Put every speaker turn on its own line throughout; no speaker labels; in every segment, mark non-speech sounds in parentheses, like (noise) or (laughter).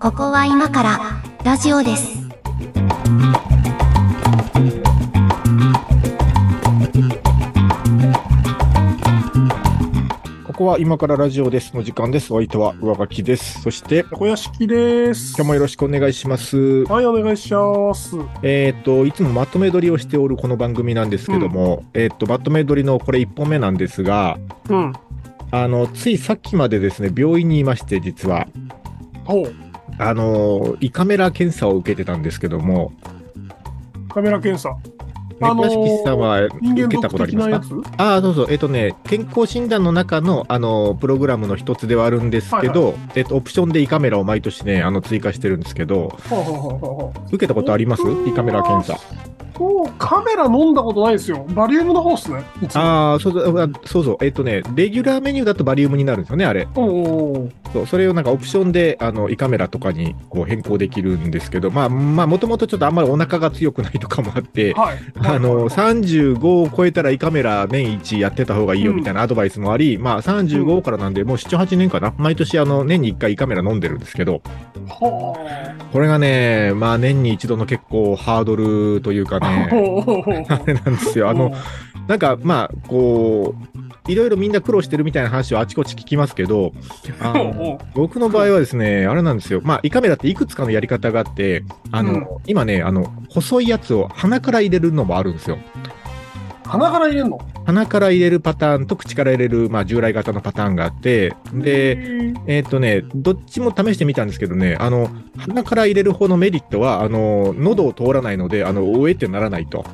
ここは今からラジオです。
ここは今からラジオですの時間です。お相手は上書きです。そして、
小屋敷です。
今日もよろしくお願いします。
はい、お願いします。
えっ、と、いつもまとめ撮りをしておるこの番組なんですけども、えっ、と、まとめ撮りのこれ1本目なんですが、
うん。
あの、ついさっきまでですね、病院にいまして、実は、
おう
あの、胃カメラ検査を受けてたんですけども、
カメラ検査。あの
猫
ー
屋敷さんは受
人間
け
ド
た
ッ
こ
ク
とあり
的
ま
な
す
や
か
つ
ああ、そうそう。えっとね、健康診断の中の、あの、プログラムの一つではあるんですけど、えっと、オプションで胃カメラを毎年ね、あの、追加してるんですけど、
はあ、はあはあはあ、
受けたことあります
僕は
胃カメラ検査。
おうカメラ飲んだことないですよ。バリウムの方っすね。いつも。
ああ、そうそう、あそうそう。えっとね、レギュラーメニューだとバリウムになるんですよね、あれ。
おうおうおう
そう、それをなんかオプションで、あの、胃カメラとかにこう変更できるんですけど、まあ、まあ、もともとちょっとあんまりお腹が強くないとかもあって、
はい。
あの、35を超えたら胃カメラ年一やってた方がいいよみたいなアドバイスもあり、まあ35からなんで、もう7、8年かな。毎年あの、年に1回胃カメラ飲んでるんですけど、
は
これがね、まあ年に一度の結構ハードルというか
あ。
ね、
おうおうおう
(laughs) あれなんですよ。あの、、なんかまあ、こう、いろいろみんな苦労してるみたいな話をあちこち聞きますけど、あ
(laughs) おう
の
おう
僕の場合はですね、あれなんですよ。まあ、胃カメラっていくつかのやり方があって、あの、
うん
今ね、あの、細いやつを鼻から入れるのもあるんですよ。
鼻から入れんの
鼻から入れるパターンと口から入れる、まあ、従来型のパターンがあって、で、
へえ
えーっとね、どっちも試してみたんですけどね、あの、鼻から入れる方のメリットは、あの、喉を通らないので、あの、おえってならないと。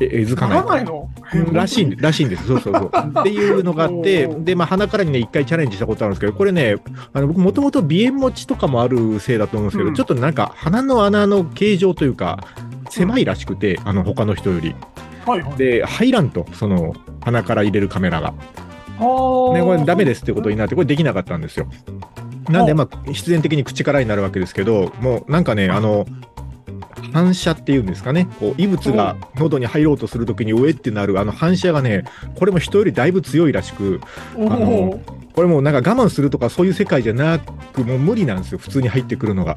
え、えずかない
なら
と。
ないの
うんらしいんらしいんです、そうそう
(laughs)
そう。っていうのがあって、
おー
で、まあ、鼻からにね、一回チャレンジしたことあるんですけど、これね、あの僕、もともと鼻炎持ちとかもあるせいだと思うんですけど、
うん
ちょっとなんか、鼻の穴の形状というか、狭いらしくて、あの、他の人より。
はいはい。
で、入らんと、その、鼻から入れるカメラが。ね、これダメですってことになって、これできなかったんですよ。なんで、
あ
まあ、必然的に口からになるわけですけど、もうなんかね、あの、反射っていうんですかね、こう異物が喉に入ろうとするときに、上ってなるあの反射がね、これも人よりだいぶ強いらしく、
おう
あ
お
の
う
これもうなんか我慢するとか、そういう世界じゃなく、もう無理なんですよ、普通に入ってくるのが。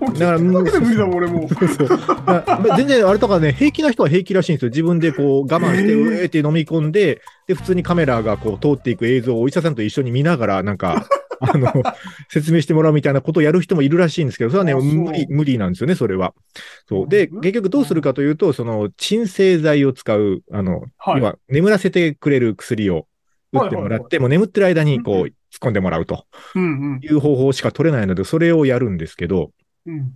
おう
だから、
だけで無理だもん、俺もう。
そうそうまあ全然あれとかね、平気な人は平気らしいんですよ。自分でこう我慢して、
へー
うえーって飲み込んで、で、普通にカメラがこう通っていく映像をお医者さんと一緒に見ながら、なんか、
(laughs)
あの、説明してもらうみたいなことをやる人もいるらしいんですけど、それはね、
あそう
無理、無理なんですよね、それは。そう。で、結局どうするかというと、その、鎮静剤を使う、あの、
はい。
今、眠らせてくれる薬を打ってもらって、もう眠ってる間にこう、
うん
突っ込んでもらうと
うんうん
いう方法しか取れないので、それをやるんですけど、
うん。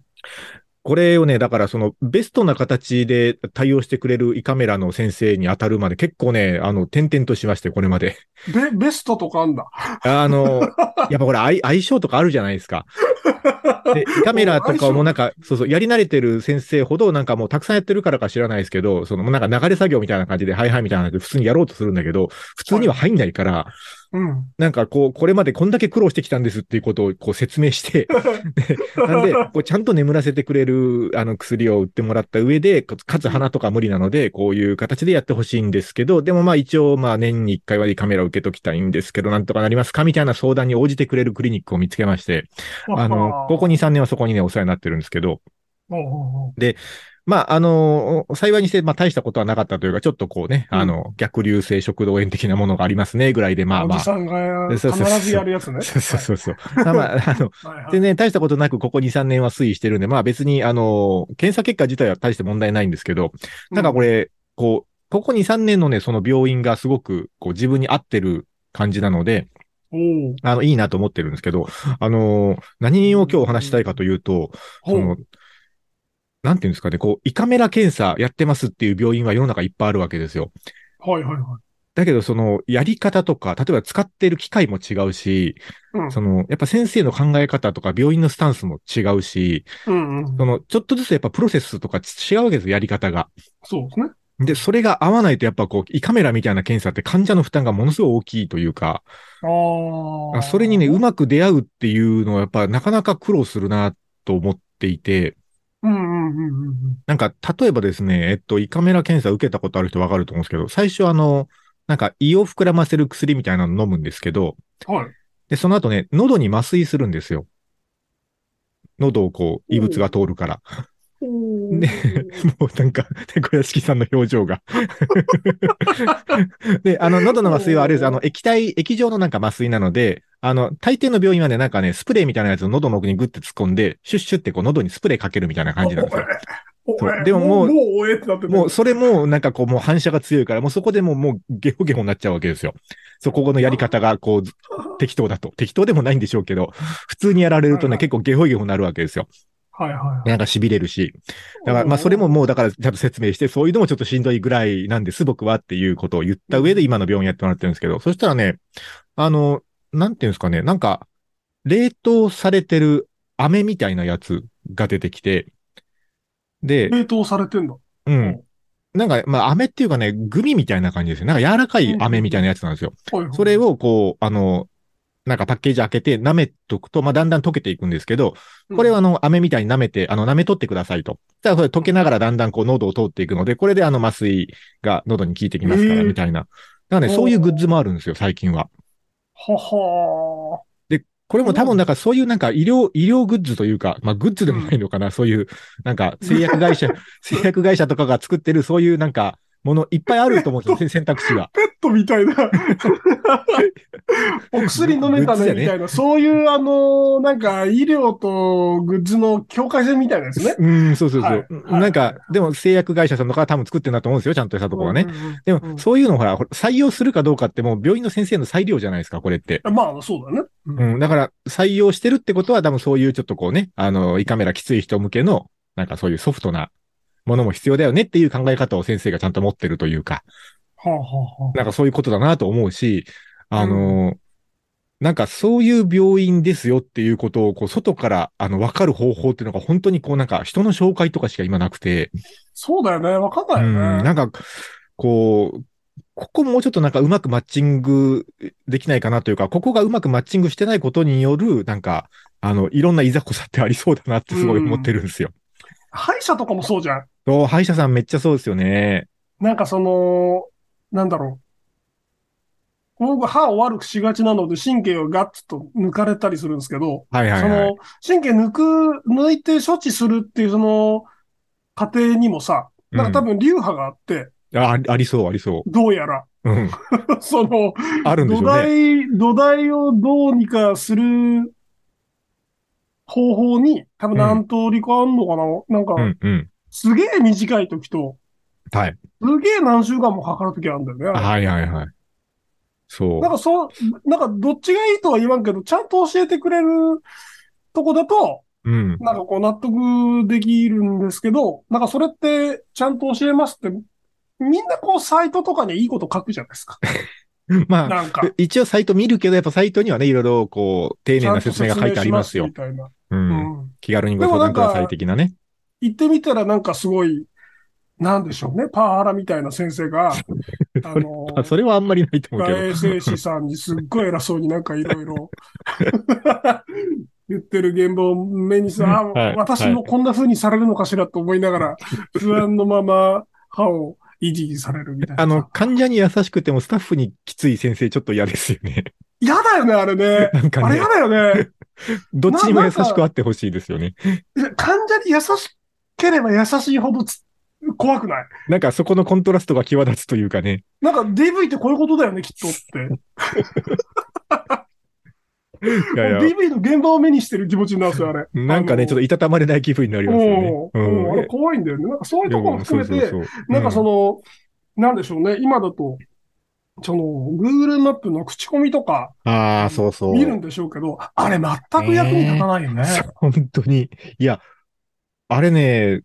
これをね、だからそのベストな形で対応してくれる胃カメラの先生に当たるまで結構ね、あの、転々としまして、これま (laughs) で。
ベベストとかあんだ。
あの、やっぱこれ相相性とかあるじゃないですか。 (laughs) で、胃カメラとかもなんか、そうそう、やり慣れてる先生ほどなんかもうたくさんやってるからか知らないですけど、そのもうなんか流れ作業みたいな感じで、はいはいみたいな感じで普通にやろうとするんだけど、普通には入んないから、
うん。
なんかこう、これまでこんだけ苦労してきたんですっていうことをこう説明
(laughs)
して、なんで、こうちゃんと眠らせてくれるあの薬を売ってもらった上で、かつかつ鼻とか無理なので、こういう形でやってほしいんですけど、でもまあ一応まあ年に1回はカメラを受けときたいんですけど、なんとかなりますかみたいな相談に応じてくれるクリニックを見つけまして、あの、ここ2、3年はそこにね、お世話になってるんですけど、
おうおう
まあ、あの、幸いにして、まあ、大したことはなかったというか、ちょっとこうね、
うん
あの、逆流性食道炎的なものがありますね、ぐらいで、ま
お
あ
う
ま
お
あ。
じさんが
そうそうそう
必ずやるやつね。
そうそうそうそう。まあまあ、あの、
はいはいはい
でね、大したことなくここ2、3年は推移してるんで、まあ別に、あの、検査結果自体は大して問題ないんですけど、ただこれ、こう、ここ2、3年のね、その病院がすごく、こう自分に合ってる感じなので、
うん
あの、いいなと思ってるんですけど、あの、何を今日お話ししたいかというと、
お
そうの、なんていうんですかね、こう、胃カメラ検査やってますっていう病院は世の中いっぱいあるわけですよ。
はいはいはい。
だけど、その、やり方とか、例えば使ってる機械も違うし、
うん
その、やっぱ先生の考え方とか病院のスタンスも違うし、
うんうん
その、ちょっとずつやっぱプロセスとか違うわけですよ、やり方が。
そうですね。
で、それが合わないとやっぱこう、胃カメラみたいな検査って患者の負担がものすごい大きいというか、
ああ。
それにね、うまく出会うっていうのはやっぱなかなか苦労するなと思っていて、
うんうんうんうん
なんか、例えばですね、えっと、胃カメラ検査受けたことある人わかると思うんですけど、最初あの、なんか胃を膨らませる薬みたいなの飲むんですけど、
はい。
で、その後ね、喉に麻酔するんですよ。喉をこう、異物が通るから。ねもうなんか、猫屋敷さんの表情が。で、あの、喉の麻酔はあれです。あの、液体、液状のなんか麻酔なので、あの、大抵の病院はね、なんかね、スプレーみたいなやつを喉の奥にグッて突っ込んで、シュッシュってこう、喉にスプレーかけるみたいな感じなんですよ。
おえ
そう
おえ
でももう
もうおえってなってて
もう、それも、なんかこう、もう反射が強いから、もうそこでもう、もう、ゲホゲホになっちゃうわけですよ。そこのやり方が、こうず、適当だと。適当でもないんでしょうけど、普通にやられると
はいは
ね、
い
結構ゲホゲホになるわけですよ。
はいはいはい。
なんか痺れるし。だから、まあ、それももう、だから、ちゃんと説明して、そういうのもちょっとしんどいぐらいなんです、僕はっていうことを言った上で、今の病院やってもらってるんですけど、そしたらね、あの、なんていうんですかね、なんか、冷凍されてる飴みたいなやつが出てきて、で、
冷凍されてんだ。
うん。なんか、まあ、飴っていうかね、グミみたいな感じですね。なんか柔らかい飴みたいなやつなんですよ。
はいはい
それ、をこう、あの、なんかパッケージ開けて舐めとくと、まあ、だんだん溶けていくんですけど、これはあの、飴みたいに舐めて、あの、舐め取ってくださいと。じゃあ、それ溶けながらだんだんこう、喉を通っていくので、これであの、麻酔が喉に効いてきますから、
へー
みたいな。だからね、
おー
そういうグッズもあるんですよ、最近は。
はは
これも多分、だからそういうなんか医療、医療グッズというか、まあグッズでもないのかな、そういう、なんか製薬会
(laughs)
社、製薬会社とかが作ってるそういうなんか、ものいっぱいあると思うんですよ、選択肢が。
ペットみたいな。
(laughs)
お薬飲めたねみたいな。そういう、あの、なんか、医療とグッズの境界線みたいなですね。
うん、そうそうそう。
はいはい
なんか、でも製薬会社さんとかは多分作ってるなと思うんですよ、ちゃんとしたとこはね。
うんうんうん
で
う
も、
ん
そういうのほら、ほら採用するかどうかってもう病院の先生の裁量じゃないですか、これって。
まあ、そうだね。うん
うん、だから、採用してるってことは多分そういうちょっとこうね、あの、胃カメラきつい人向けの、なんかそういうソフトなものも必要だよねっていう考え方を先生がちゃんと持ってるというか。
はあはあはあ
なんかそういうことだなと思うし、あの、なんかそういう病院ですよっていうことを、こう、外から、あの、わかる方法っていうのが本当にこう、なんか人の紹介とかしか今なくて、
そうだよね。わかん
う
ない
ん、
よ
な
ね。
んか、こう、ここもうちょっとなんかうまくマッチングできないかなというか、ここがうまくマッチングしてないことによる、なんか、あの、いろんないざこざってありそうだなってすごい思ってるんですよ。
歯医者とかもそうじゃん。
そう、歯医者さんめっちゃそうですよね。
なんかその、なんだろう。僕、歯を悪くしがちなので、神経をガッツと抜かれたりするんですけど、
はいはいはい。
その、神経抜く、抜いて処置するっていう、その、過程にもさ、なんか多分流派があって、
あありそう、ありそ
どうやら、 (laughs)
う。うん。
その、
あるんでしょう
土
ね。
台、土台をどうにかする方法に、多分何通りかあんのかな、なんか、
うん、うん。
すげえ短い時と、
はい。
すげえ何週間もかかる時あるんだよね。あれ
はいはいはい。そう
なん。かそう、なんかどっちがいいとは言わんけど、ちゃんと教えてくれるとこだと、
うん。
なんかこう納得できるんですけど、なんかそれってちゃんと教えますって、みんなこうサイトとかにいいこと書くじゃないで
(laughs)
すか。
まあ、
なんか。
一応サイト見るけど、やっぱサイトにはね、いろいろこう、丁
ち
寧
ゃん
な
と
説明が書いてありますよ
み。たいな。
う。
うんん。
気軽にご相談ください的なね。
行ってみたらなんかすごい、なんでしょうね、パワハラみたいな先生
(laughs)
が、あの、
あそれはあんまりないと思うけど。
衛生士さんにすっごい偉そうになんかいろ
(laughs)
いろ言ってる現場を目にさ、あ
はい
私もこんな風にされるのかしらと思いながら、不安のまま歯を維持されるみたいな。
あの、、患者に優しくてもスタッフにきつい先生ちょっと嫌ですよね。 (laughs)
嫌だよね、あれね。
なんか
あれ
ね
嫌、だよね。
どっちにも優しくあってほしいですよね。
いや患者に優しければ優しいほどつ怖くない。
なんかそこのコントラストが際立つというかね。
なんか DV ってこういうことだよね、きっとって。
いやいや、
DV の現場を目にしてる気持ちになるんですよ、あれ。
なんかね、ちょっといたたまれない気分になりますよね。
うんうんあ
うん
れ怖いんだよね。なんかそういうところも含めて、
う。
なんかそ
の、
の、なんでしょうね、今だと、その、Google マップの口コミとか
ああ、そうそう。
見るんでしょうけど、あれ全く役に立たないよね。
そう (laughs) 本当に。いや、あれね、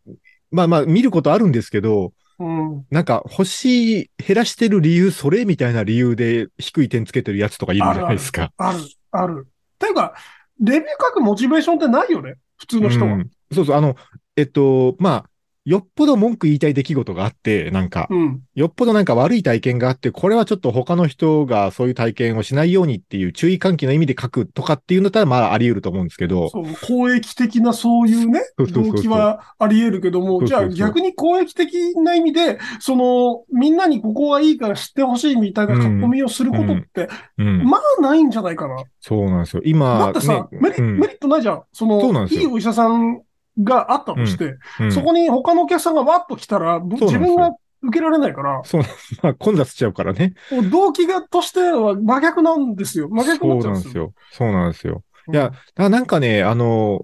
まあまあ見ることあるんですけど、
うん。
なんか星減らしてる理由、それみたいな理由で低い点つけてるやつとかいるじゃないですか。
ある、ある。ていうか、レビュー書くモチベーションってないよね、普通の人は。
うんそうそう、あの、えっと、まあ、よっぽど文句言いたい出来事があって、なんか、
うん。
よっぽどなんか悪い体験があって、これはちょっと他の人がそういう体験をしないようにっていう注意喚起の意味で書くとかっていうのだったらまああり得ると思うんですけど、
そう、公益的なそういうね、
そうそうそう
動機はあり得るけども、
そう
じ
そう
ゃ
そ
あ
う
逆に公益的な意味で、その、みんなにここはいいから知ってほしいみたいな書き込みをすることって、
うん。
まあないんじゃないかな。
そうなんですよ。今、
だってさ、メリ
うん
メリットないじゃん。
そ
そ
うな
の、
んです
い
よ
いお医者さんがあったとして、
うん
そこに他のお客さんがわっと来たら、ぶ
そう
自
なんですよ
分が受けられないから、
まあ混雑しちゃうからね。
もう動機がとしては真逆なんですよ。真逆に
そ
な
う
っちゃ
な
う
で
んんですすよ。
よ。そうなんですよ。
うん
いや、だからなんかね、あの、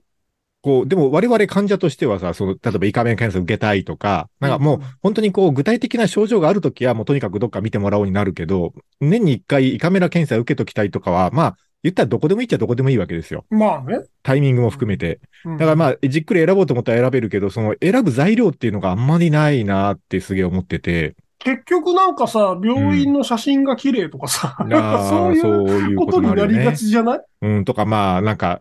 こう、でも我々患者としてはさ、その、例えば胃カメラ検査受けたいとか、なんかもう、本当にこう、具体的な症状があるときは、もうとにかくどっか見てもらおうになるけど、年に一回胃カメラ検査受けときたいとかは、まあ、言ったらどこでもいいっちゃどこでもいいわけですよ。
まあね。
タイミングも含めて。
うん
だからまあ、じっくり選ぼうと思ったら選べるけど、その選ぶ材料っていうのがあんまりないなってすげえ思ってて。
結局なんかさ、病院の写真が綺麗とかさ、なんか (laughs) そう
あー
いう
そういう
ことに
もあるよ
なり
ね
がちじゃない
うん、とかまあ、なんか、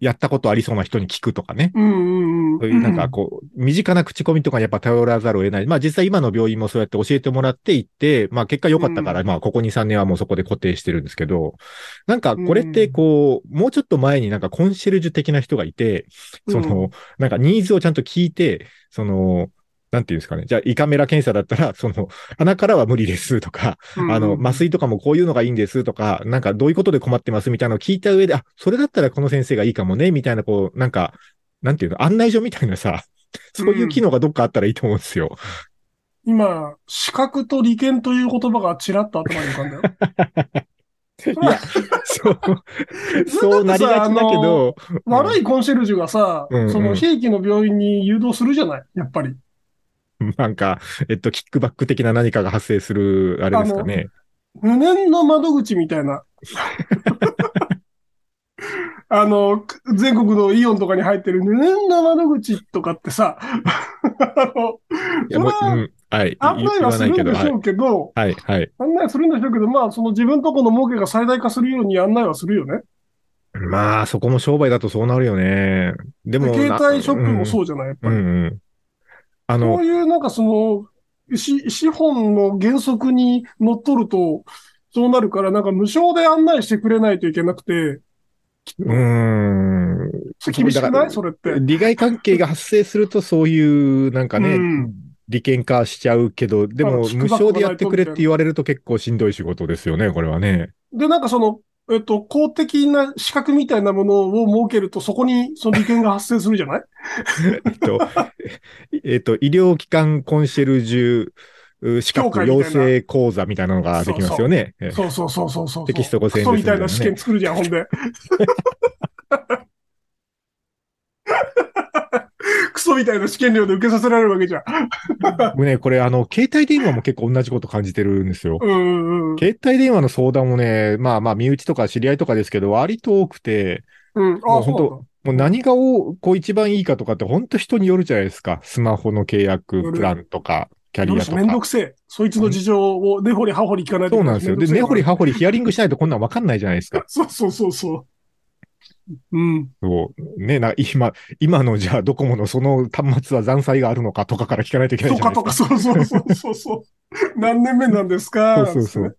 やったことありそうな人に聞くとかね。
うんうんうん。
そういうなんかこう、身近な口コミとかにやっぱ頼らざるを得ない。まあ実際今の病院もそうやって教えてもらって行って、まあ結果良かったから、
うん
まあここ2、3年はもうそこで固定してるんですけど、なんかこれってこう、もうちょっと前になんかコンシェルジュ的な人がいて、その、なんかニーズをちゃんと聞いて、その、なんていうんですかね。じゃあ、胃カメラ検査だったら、その、鼻からは無理ですとか、
うん、
あの、
ま
麻酔とかもこういうのがいいんですとか、なんかどういうことで困ってますみたいなのを聞いた上で、あ、それだったらこの先生がいいかもね、みたいな、こう、なんか、なんていうの、案内所みたいなさ、そういう機能がどっかあったらいいと思うんです
(laughs)
よ。
今、視覚と利権という言葉がちらっと頭に浮かんだよ。
(laughs) いや、そう、そうなりがちだけど、
悪いコンシェルジュがさ、
うんうん
その、兵器の病院に誘導するじゃないやっぱり。
なんか、えっと、キックバック的な何かが発生する、あれですかね。
無念の窓口みたい
(laughs)
な。あの、全国のイオンとかに入ってる無念の窓口とかってさ、 (laughs) あの、
いや、もう、うん、はい。
案内はするんで
は
し
い
ょ。うけど、
はい、はい。
案内するんでしょうけど、まあ、その自分とこの儲けが最大化するように案内はするよね。
まあ、そこも商売だとそうなるよね。でも、
携帯ショップも
う
そうじゃない、やっ
ん。
ぱり。
うん、うん。あの
こ、ういうなんかその、し資本の原則にのっとると、そうなるから、なんか無償で案内してくれないといけなくて、
うーん。
厳しく
だか
な
ら
いそれって。
利害関係が発生すると、そういう、なんかね、
うん
利権化しちゃうけど、で
あ
も、
の
無
束縛
償でやってくれって言われると結構しんどい仕事ですよね、これはね。 (laughs)
で、なんかその、えっと、公的な資格みたいなものを設けると、そこにその利権が発生するじゃない
えっと、えっと、医療機関コンシェルジュう資
協
格
会みたい
養
な
成講座みたいなのができますよね。ええ
そうそうそうそうそう。
テキスト5000円です
クソみたいな試験作るじゃん、ほんで。クソみたいな試験料で受けさせられるわけじゃん。
僕ね、これ、あの、携帯電話も結構同じこと感じてるんですよ。
うんうんうん。
携帯電話の相談もね、まあまあ、身内とか知り合いとかですけど、割と多くて、
うん。
もう
あ、
ほんと
そ
もう何がおこう一番いいかとかって本当人によるじゃないですか。スマホの契約、プランとか、キャ
うなん
リ
だ。よ
ア
し
と
めんど
か。
くせえ。そいつの事情を根掘り葉掘り聞かないと
そ
いうけ
ないんですよ。で、
め
根
ど
掘
くせ
り
えか
葉掘りヒアリングしないとこんなんわかんないじゃないですか。
ら。そうそうそうそう。うん。
そう。ね、な今、今のじゃあドコモのその端末は残債があるのかとかから聞かないといけない
と
じゃな
か
いで
と
すか。
か、そうそうそうそうそう。何年目なんですか
そうそうそう。そ
なんつってね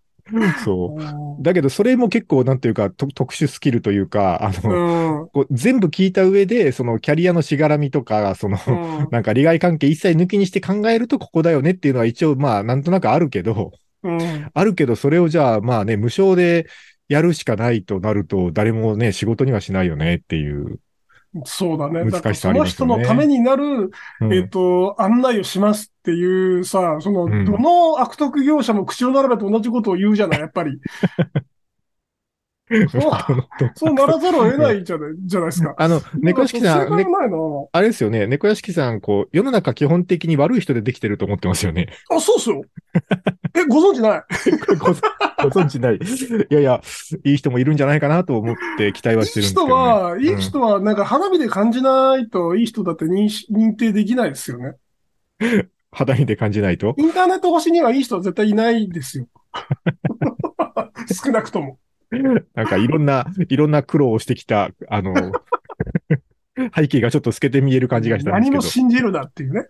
う。だけど、それも結構、なんていうか、と特殊スキルというか、あ
う
の、
ん。うん
こう全部聞いた上で、そのキャリアのしがらみとか、その、 (laughs) なんか利害関係一切抜きにして考えるとここだよねっていうのは一応、まあ、なんとなくあるけど、
うん。
あるけど、それをじゃあ、まあね、無償でやるしかないとなると、誰もね、仕事にはしないよねっていう。
そうだね。だから
難しさ
そ
あり
の
ます
人
よね
のためになる、
うん
えっと、案内をしますっていうさ、その、
うん
どの悪徳業者も口を並べて同じことを言うじゃない、やっぱ
(laughs)
り。そうそうならざるを得ないじゃない、じゃないですか。
あの、猫屋敷さん、
正解
ね
もないな。
あれですよね、猫屋敷さん、こう、世の中基本的に悪い人でできてると思ってますよ
(laughs)
ね。
あ、そうっすよ。え、ご存
(laughs)
知ない
ご存ご存知ない。いやいや、いい人もいるんじゃないかなと思って期待はして
いい
るんですけど、
人
ね。
は、いい人は、なんか花火で感じないといい人だって認識認定できないですよね。
肌身で感じないと。
インターネット越しにはいい人は絶対いないで
(laughs)
すよ。少なくとも。 (laughs)
なんかいろんな、いろんな苦労をしてきた、あの、背景がちょっと透けて見える感じがしたんですけ
何
ど
も。信じるなっていうね。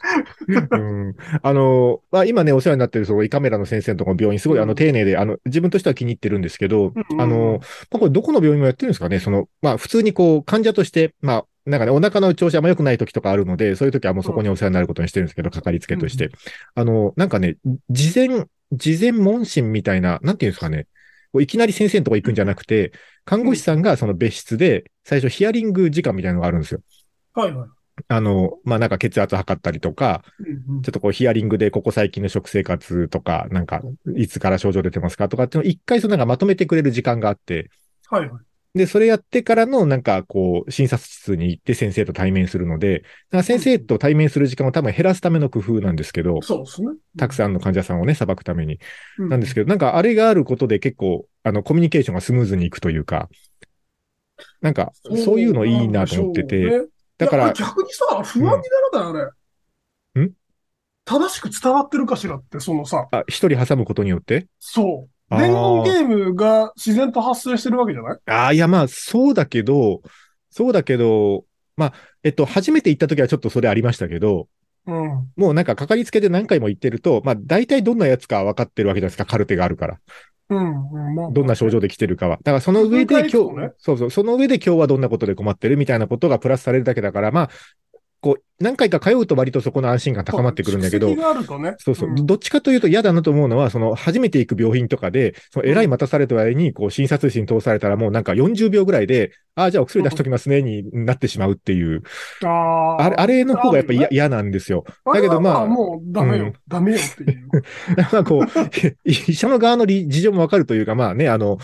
うんあの、まあ、今ね、お世話になってる、その胃カメラの先生のところの病院、すごい、あの、丁寧で、あの、自分としては気に入ってるんですけど、
うんうん
あの、まあ、これどこの病院もやってるんですかねその、まあ、普通にこう、患者として、まあ、なんかね、お腹の調子あんま良くない時とかあるので、そういう時はもうそこにお世話になることにしてるんですけど、かかりつけとして。あの、なんかね、事前、事前問診みたいな、なんていうんですかね。こういきなり先生のとこ行くんじゃなくて、看護師さんがその別室で、最初ヒアリング時間みたいなのがあるんですよ。
はいはい。
あの、まあ、なんか血圧測ったりとか、
うんうん
ちょっとこうヒアリングでここ最近の食生活とか、なんか、いつから症状出てますかとかっていうのを一回そのなんかまとめてくれる時間があって、
はいはい。
で、それやってからのなんかこう診察室に行って先生と対面するので、なんか先生と対面する時間を多分減らすための工夫なんですけど、
そうですね。
たくさんの患者さんをね、裁くために。
うん
なんですけど、なんかあれがあることで結構、あの、コミュニケーションがスムーズにいくというか、なんか、そういうのいいなと思って
そう
て、
なんでしょうね
だか
い
ら
や、逆にさ、不安にならない、あれ。
ん
正しく伝わってるかしらって、そのさ、
あ一人挟むことによって、
そう。
あー
伝言ゲームが自然と発生してるわけじゃない
ああ、いや、まあ、そうだけど、そうだけど、まあ、えっと、初めて行った時はちょっとそれありましたけど、
うん。
もうなんか、かかりつけで何回も行ってると、まあ、大体どんなやつかは分かってるわけじゃないですか、カルテがあるから。
うん、うん、まあ。
どんな症状で来てるかは。だから、その上で
そ
今
ういう
日、
回答ね
そうそう、その上で今日はどんなことで困ってるみたいなことがプラスされるだけだから、まあ、こう、何回か通うと割とそこの安心感高まってくるんだけど
蓄積、があるとね。
そうそう。
ん
どっちかというと嫌だなと思うのは、その、初めて行く病院とかで、その、えらい待たされた割に、こう、診察室に通されたら、もうなんか40秒ぐらいで、ああ、じゃあお薬出しときますね、になってしまうっていう。
あー
あれ、あれの方がやっぱ
あるよ
嫌
ね
嫌なんですよ。
あ
だ
れ
けど
は
まあ
もうダメ
うん
よ、ダメよっていう。
だからこう、医者の側の理事情もわかるというか、まあね、あの、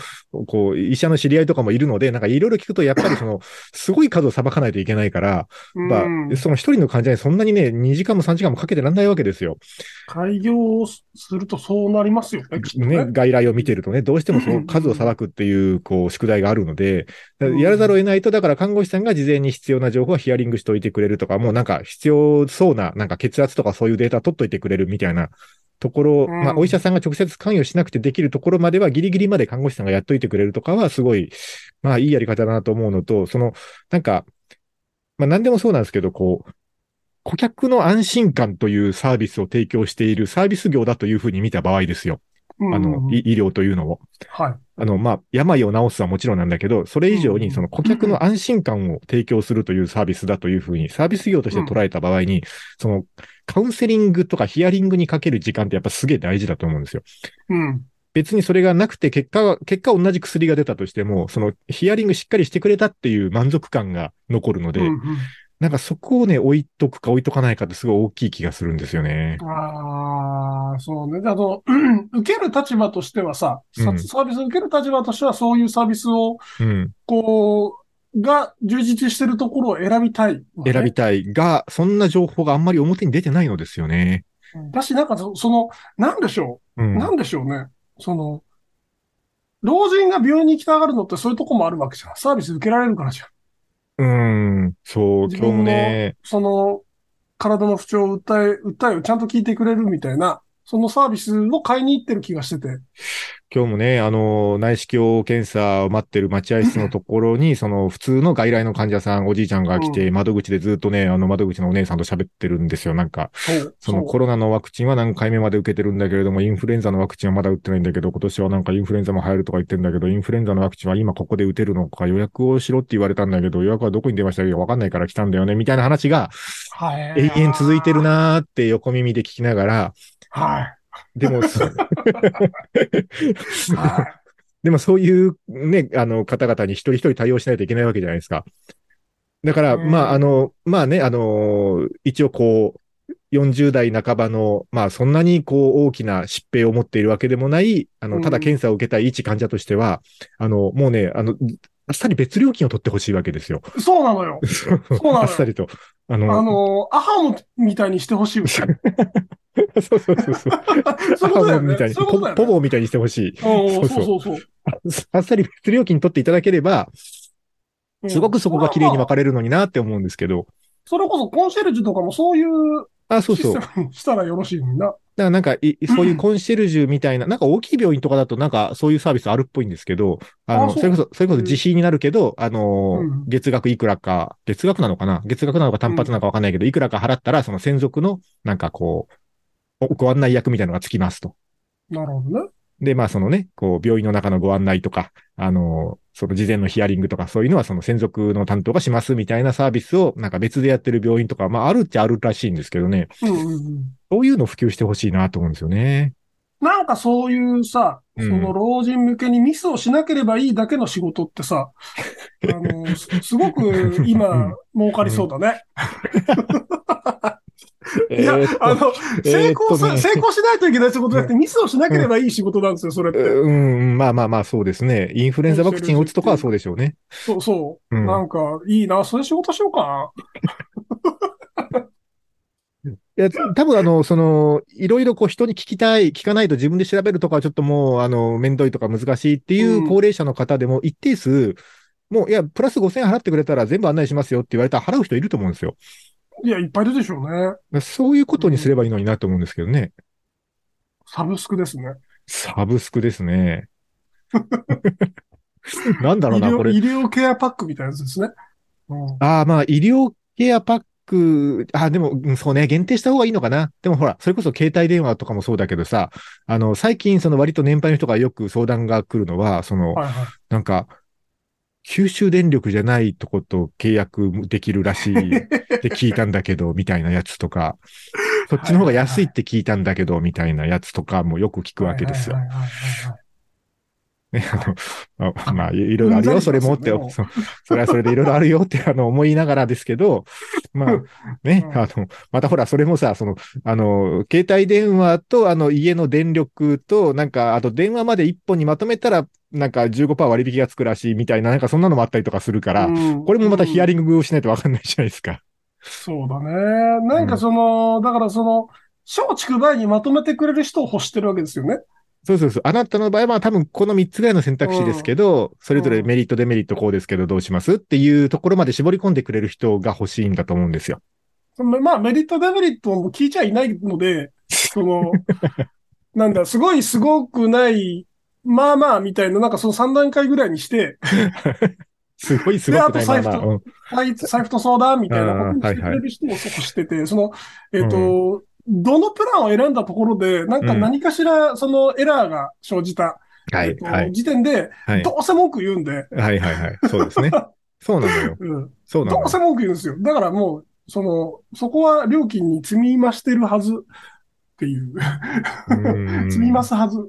こう、医者の知り合いとかもいるので、なんかいろいろ聞くと、やっぱりその、すごい数を裁かないといけないから、 (laughs) ま
うん
あ、その一人の患者にそんなにね、2時間も3時間もかけてらんないわけですよ。
開業をするとそうなりますよね、きっと
ね、
ね。
外来を見てるとね、どうしてもそ
うんう
の
ん
数を裁くっていう、こう、宿題があるので、
うん
やらざるを得ないと、だから看護師さんが事前に必要な情報はヒアリングしておいてくれるとか、もうなんか必要そうな、なんか血圧とかそういうデータ取っといてくれるみたいなところ、
うん
まあ、お医者さんが直接関与しなくてできるところまでは、ギリギリまで看護師さんがやっといてくれるとかは、すごい、まあ、いいやり方だなと思うのと、その、なんか、まあ、何でもそうなんですけど、こう、顧客の安心感というサービスを提供しているサービス業だというふうに見た場合ですよ。
うん
あの、い医療というのを。
はい。
あの、まあ、病を治すはもちろんなんだけど、それ以上
うん
にその顧客の安心感を提供するというサービスだというふうに、サービス業として捉えた場合に、その、カウンセリングとかヒアリングにかける時間ってやっぱすげえ大事だと思うんですよ。
うん。
別にそれがなくて、結果は、結果同じ薬が出たとしても、その、ヒアリングしっかりしてくれたっていう満足感が残るので、
うんうん
なんかそこをね、置いとくか置いとかないかってすごい大きい気がするんですよね。
ああ、そうね。あと、うん (clears throat) 受ける立場としてはさ、さ
うん
サービスを受ける立場としては、そういうサービスを、
うん。
こう、が充実してるところを選びたいわね。
選びたいが、そんな情報があんまり表に出てないのですよね。
だし、なんかそ、その、なんでしょ
う
う。
ん。
なんでしょうね。その、老人が病院に行きたがるのってそういうとこもあるわけじゃん。サービス受けられるからじゃん。
うん、そう、
自
今日も
分の
ね、
その、体の不調を訴え、訴えをちゃんと聞いてくれるみたいな、そのサービスを買いに行ってる気がしてて。
今日もね、あの、内視鏡検査を待ってる待合室のところ
(laughs)
に、その、普通の外来の患者さん、おじいちゃんが来て、窓口でずっとね、あの、窓口のお姉さんと喋ってるんですよ。なんか、
そう、
その
そう。
コロナのワクチンは何回目まで受けてるんだけれども、インフルエンザのワクチンはまだ打ってないんだけど、今年はなんかインフルエンザも流行るとか言ってんだけど、インフルエンザのワクチンは今ここで打てるのか、予約をしろって言われたんだけど、予約はどこに出ましたかわかんないから来たんだよね、みたいな話が
はい。
永遠続いてる。なーって横耳で聞きながら、
は
でも、そ
い。はい。
でもそういうね、あの方々に一人一人対応しないといけないわけじゃないですか。だから、
うん
まあ、あの、まあね、あの、一応こう、40代半ばの、まあそんなにこう大きな疾病を持っているわけでもない、あ
う
の、
ん
ただ検査を受けたい一患者としては、あの、もうね、あの、あっさり別料金を取ってほしいわけですよ。
(laughs) そうなのよ。うなのよ
あっさりと。あの、
あの、アハモみたいにしてほしいよね。そうい
(laughs)
う
そうそうそうそう。
ことだよ
あのみたいに、
ね。(laughs) そうい
ポ
うことだよ
ポ
ね。
ボみたいにしてほしい。
うん
そ
そうう
そ
そうそう。
あっさり別料金取っていただければ、
うん
すごくそこが綺麗に分
まあ
かれるのになって思うんですけど。
それこそコンシェルジュとかもそういう
あ、そう
シ
そう。
ステムにしたらよろしいんだ。
だからなんかい、そういうコンシェルジュみたいな、なんか大きい病院とかだとなんかそういうサービスあるっぽいんですけど、あの、
あそう
それこそ、それこそ自費になるけど、あのー、
うん
月額いくらか、月額なのかな月額なのか単発なのかわかんないけど、いくらか払ったら、その専属の、なんかこう、おご案内役みたいなのがつきますと。
なるほどね。
で、まあそのね、こう、病院の中のご案内とか、あのー、その事前のヒアリングとか、そういうのはその専属の担当がしますみたいなサービスを、なんか別でやってる病院とか、まああるっちゃあるらしいんですけどね、
うんうんうん。
そういうの普及してほしいなと思うんですよね。
なんかそういうさ、
うん
その老人向けにミスをしなければいいだけの仕事ってさ、あの、すすごく今、儲かりそうだね。いや
(laughs) えーっ、と
あの、成功
えーっと
さ、
ね
成功しないといけない仕事じゃなくて、ミスをしなければいい仕事なんですよ、それ
う
って。
んうん、まあまあまあ、そうですね。インフルエンザワクチンを打つとかはそうでしょうね。
そうそうう。
ん。
なんか、いいな、そういう仕事しようかな。
いや、多分あの、その、いろいろこう人に聞きたい、聞かないと自分で調べるとかはちょっともう、あの、面倒いとか難しいっていう
うん
高齢者の方でも一定数、もう、いや、プラス5000円払ってくれたら全部案内しますよって言われたら払う人いると思うんですよ。だか
いや、いっぱいいるでしょうね。
らそういうことにすればいいのになと思うんですけどね。
サブスクですね。
サブスクです
(laughs)
ね。なんだろう
医
な、
療
これ。
医療ケアパックみたいなやつですね。うん
ああ、まあ、医療ケアパック、ああ、でも、うんそうね、限定した方がいいのかな。でもほら、それこそ携帯電話とかもそうだけどさ、あの、最近、その割と年配の人がよく相談が来るのは、その、
はいはい。
なんか、九州電力じゃないとこと契約できるらしいって聞いたんだけ (laughs) ど、みたいなやつとか、そっちの方が安いって聞いたんだけど、みたいなやつとかもよく聞くわけですよ
はい。はいはいはいはい
ね、 (laughs) あの、あまあ、いいろいろある
うんざり
よ、それもって、
しますよね
そうそれはそれでいろいろあるよって、あの、思いながらですけど、まあ、ね
う、ん
あの、またほら、それもさ、その、あの、携帯電話と、あの、家の電力と、なんか、あと電話まで一本にまとめたら、なんか15%割引がつくらしいみたいな、なんかそんなのもあったりとかするから、
うん
これもまたヒアリングをしないとわかんないじゃないですか。
そうだね。なんかその、だからその、松竹梅にまとめてくれる人を欲してるわけですよね。
そうそうそう。あなたの場合は、まあ多分この3つぐらいの選択肢ですけど、それぞれメリット、デメリットこうですけど、どうしますっていうところまで絞り込んでくれる人が欲しいんだと思うんですよ。
ままあ、メリット、デメリットも聞いちゃいないので、
(laughs)
その、なんだ、すごい、すごくない、まあまあ、みたいな、なんかその3段階ぐらいにして、
すごいすごくない
であと財布
まあまあうん
はい、財布と相談みたいなことにしてくれる人を欲してて、その、えっ、と、どのプランを選んだところで、なんか
うん
何かしら、そのエラーが生じた、
は
え
い
っ、と
はい、
時点で、
はい。
どうせ文句言うんで、
はい、はい、はい。そう
(laughs)
ですね。そうなのよ。
うん、
そうなの
どう
よ。
せ文句言うんですよ。だからもう、その、そこは料金に積み増してるはずっていう、
うん
積み増すはず。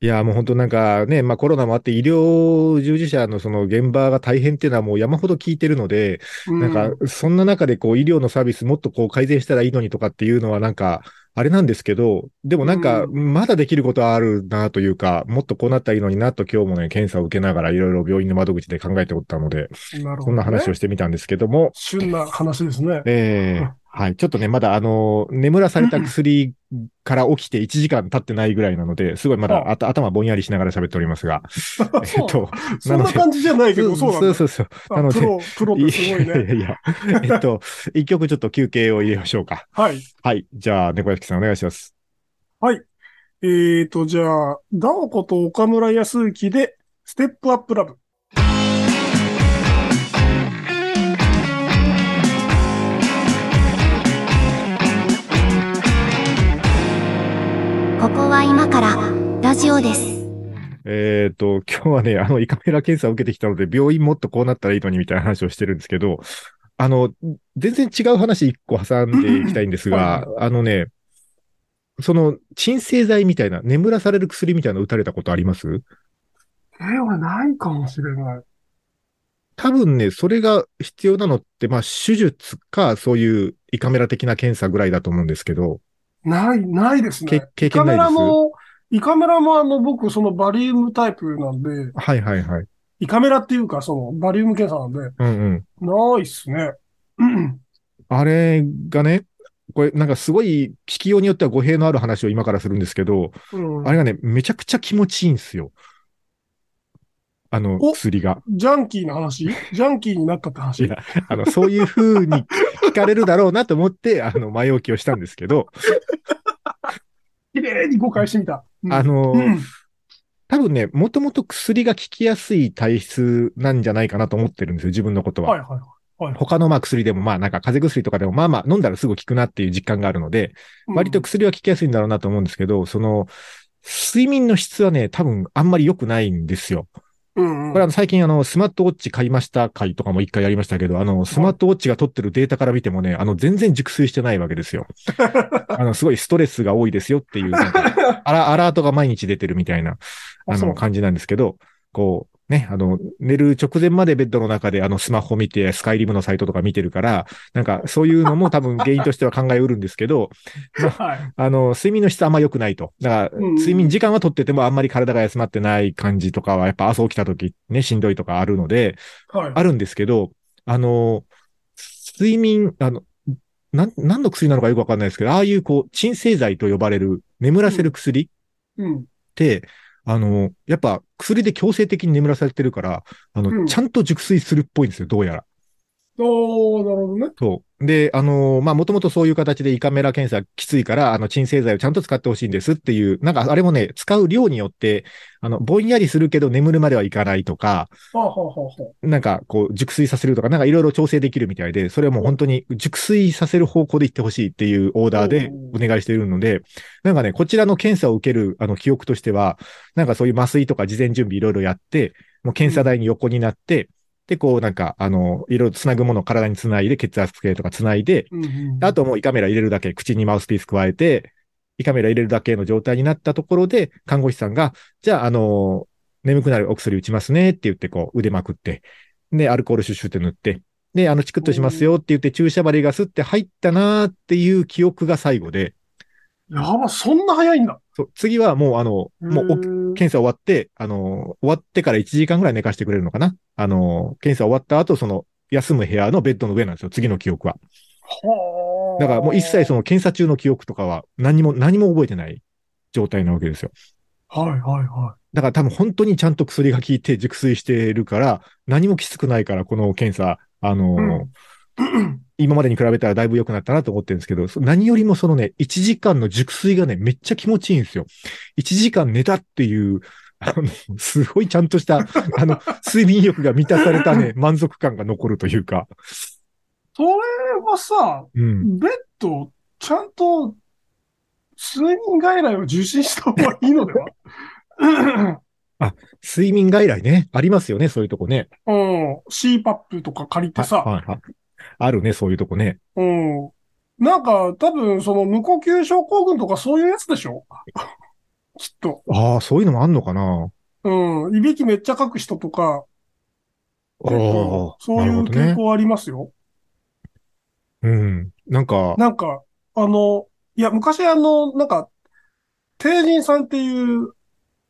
いや、もう本当なんかね、まあコロナもあって医療従事者のその現場が大変っていうのはもう山ほど聞いてるので、
うん
なんかそんな中でこう医療のサービスもっとこう改善したらいいのにとかっていうのはなんかあれなんですけど、でもなんか
う
まだできることはあるなというか、もっとこうなったらいいのになと今日もね、検査を受けながらいろいろ病院の窓口で考えておったので、
なるほどね
そんな話をしてみたんですけども、
旬な話ですね。
ええ
うん
はい。ちょっとね、まだあの、眠らされた薬から起きて1時間経ってないぐらいなので、すごいまだ
あ
あた頭ぼんやりしながら喋っておりますが、
(laughs)
えっと、
そんな感じじゃないけど、そうなん
そう
だ。
そうそう。
あ
なので
プロ、プロってすごい
いや
ね。
いやいや。えっと、一曲ちょっと休憩を入れましょうか。
はい。
はい。じゃあ、猫屋敷さんお願いします。
えーと、じゃあ、ダオコと岡村康之で、ステップアップラブ。
ここは今からラジオです。
えっと、今日はね、あの、胃カメラ検査を受けてきたので、病院もっとこうなったらいいのにみたいな話をしてるんですけど、あの、全然違う話一個挟んでいきたいんです
(laughs)
が、あのね、その、鎮静剤みたいな、眠らされる薬みたいなの打たれたことあります
えー、俺ないかもしれない。
多分ね、それが必要なのって、まあ、手術か、そういう胃カメラ的な検査ぐらいだと思うんですけど、
ない、ないですね
け。経
イカ
験ないです
メラも、イカメラもあの、僕、そのバリウムタイプなんで、
はいはいはい。
イカメラっていうか、その、バリウム検査なんで、
うんうん。
ないっすね。うん
あれがね、これなんかすごい聞きようによっては語弊のある話を今からするんですけど、
うん
あれがね、めちゃくちゃ気持ちいいんですよ。あの、
お
薬が。
ジャンキーの話ジャンキーになったって
い
話
やあの、そういう風に聞かれるだろうなと思って、あの、前置きをしたんですけど、
綺麗に誤解してみた。うん
あ、の
う、ん。
多分ね、もともと薬が効きやすい体質なんじゃないかなと思ってるんですよ、自分のことは。
はいはいはい。はい
他のまあ薬でもまあなんか風邪薬とかでもまあまあ飲んだらすぐ効くなっていう実感があるので、割と薬は効きやすいんだろうなと思うんですけど、その、睡眠の質はね、多分あんまり良くないんですよ。
うん、うん。
これあの最近あの、スマートウォッチ買いました回とかも一回やりましたけど、あの、スマートウォッチが取ってるデータから見てもね、あの、全然熟睡してないわけです
(laughs)
よ。あの、すごいストレスが多いですよっていう、なん
(laughs)
かアラ、アラートが毎日出てるみたいな、あ
あそ
の、
う
感じなんですけど、こう、ね、あの、寝る直前までベッドの中であの、スマホ見て、スカイリムのサイトとか見てるから、なんか、そういうのも多分原因としては考えうるんですけど、
はい。
あの、睡眠の質あんま良くないと。だから、
うん
睡眠時間は取っててもあんまり体が休まってない感じとかは、やっぱ朝起きた時ね、しんどいとかあるので、
はい。
あるんですけど、あの、睡眠、あの、なん、何の薬なのかよくわかんないですけど、ああいうこう、鎮静剤と呼ばれる、眠らせる薬っ
うん。
て、あの、やっぱ薬で強制的に眠らされてるから、あの、
うん
ちゃんと熟睡するっぽいんですよ、どうやら。
おー、なるほどね。
そう。で、あのーまあ、もともとそういう形で胃カメラ検査きついから、あの、鎮静剤をちゃんと使ってほしいんですっていう、なんかあれもね、使う量によって、あの、ぼんやりするけど眠るまではいかないとか、
はあ、はあはあは
なんかこう、熟睡させるとか、なんかいろいろ調整できるみたいで、それはもう本当に熟睡させる方向で行ってほしいっていうオーダーで
お
お願いしているので、なんかね、こちらの検査を受ける、あの、記憶としては、なんかそういう麻酔とか事前準備いろいろやって、もう検査台に横になって、で、こうなんか、あの、いろいろ繋ぐものを体に繋いで、血圧計とか繋いで、
うんうん。
あともう胃カメラ入れるだけ、口にマウスピース加えて、胃カメラ入れるだけの状態になったところで、看護師さんが、じゃあ、あの、眠くなるお薬打ちますねって言って、こう、腕まくって、で、アルコールシュッシュって塗って、で、あの、チクッとしますよって言って、注射針がスって入ったなーっていう記憶が最後で、
やば、そんな早いんだ。
そう次はもう、あの、もうお、
う
検査終わって、あの、終わってから1時間ぐらい寝かしてくれるのかなあの、検査終わった後、その、休む部屋のベッドの上なんですよ、次の記憶は。
はあ
だからもう一切その検査中の記憶とかは何も、何も覚えてない状態なわけですよ。
はいはいは
だから多分本当にちゃんと薬が効いて熟睡してるから、何もきつくないから、この検査、あのー
うん
今までに比べたらだいぶ良くなったなと思ってるんですけど、そ何よりもそのね、1時間の熟睡がね、めっちゃ気持ちいいんですよ。1時間寝たっていう、あの、すごいちゃんとした、あの、睡眠欲が満たされたね、
(laughs)
満足感が残るというか。
い。それはさ、
うん。
ベッド、ちゃんと、睡眠外来を受診した方がいいのでは (coughs)
睡眠外来ね、ありますよね、そういうとこね。
うん。CPAP とか借りてさ、
はいはいあるね、そういうとこね。
うん。なんか、多分、その無呼吸症候群とかそういうやつでしょ (laughs) きっと。
ああ、そういうのもあんのかな
うん。いびきめっちゃかく人と
あ
か、
あ
結構、、そう
ないるほ
う
ど
傾
ね。
向ありますよ。
うん。なんか、
なんか、あの、いや、昔あの、なんか、帝人さんっていう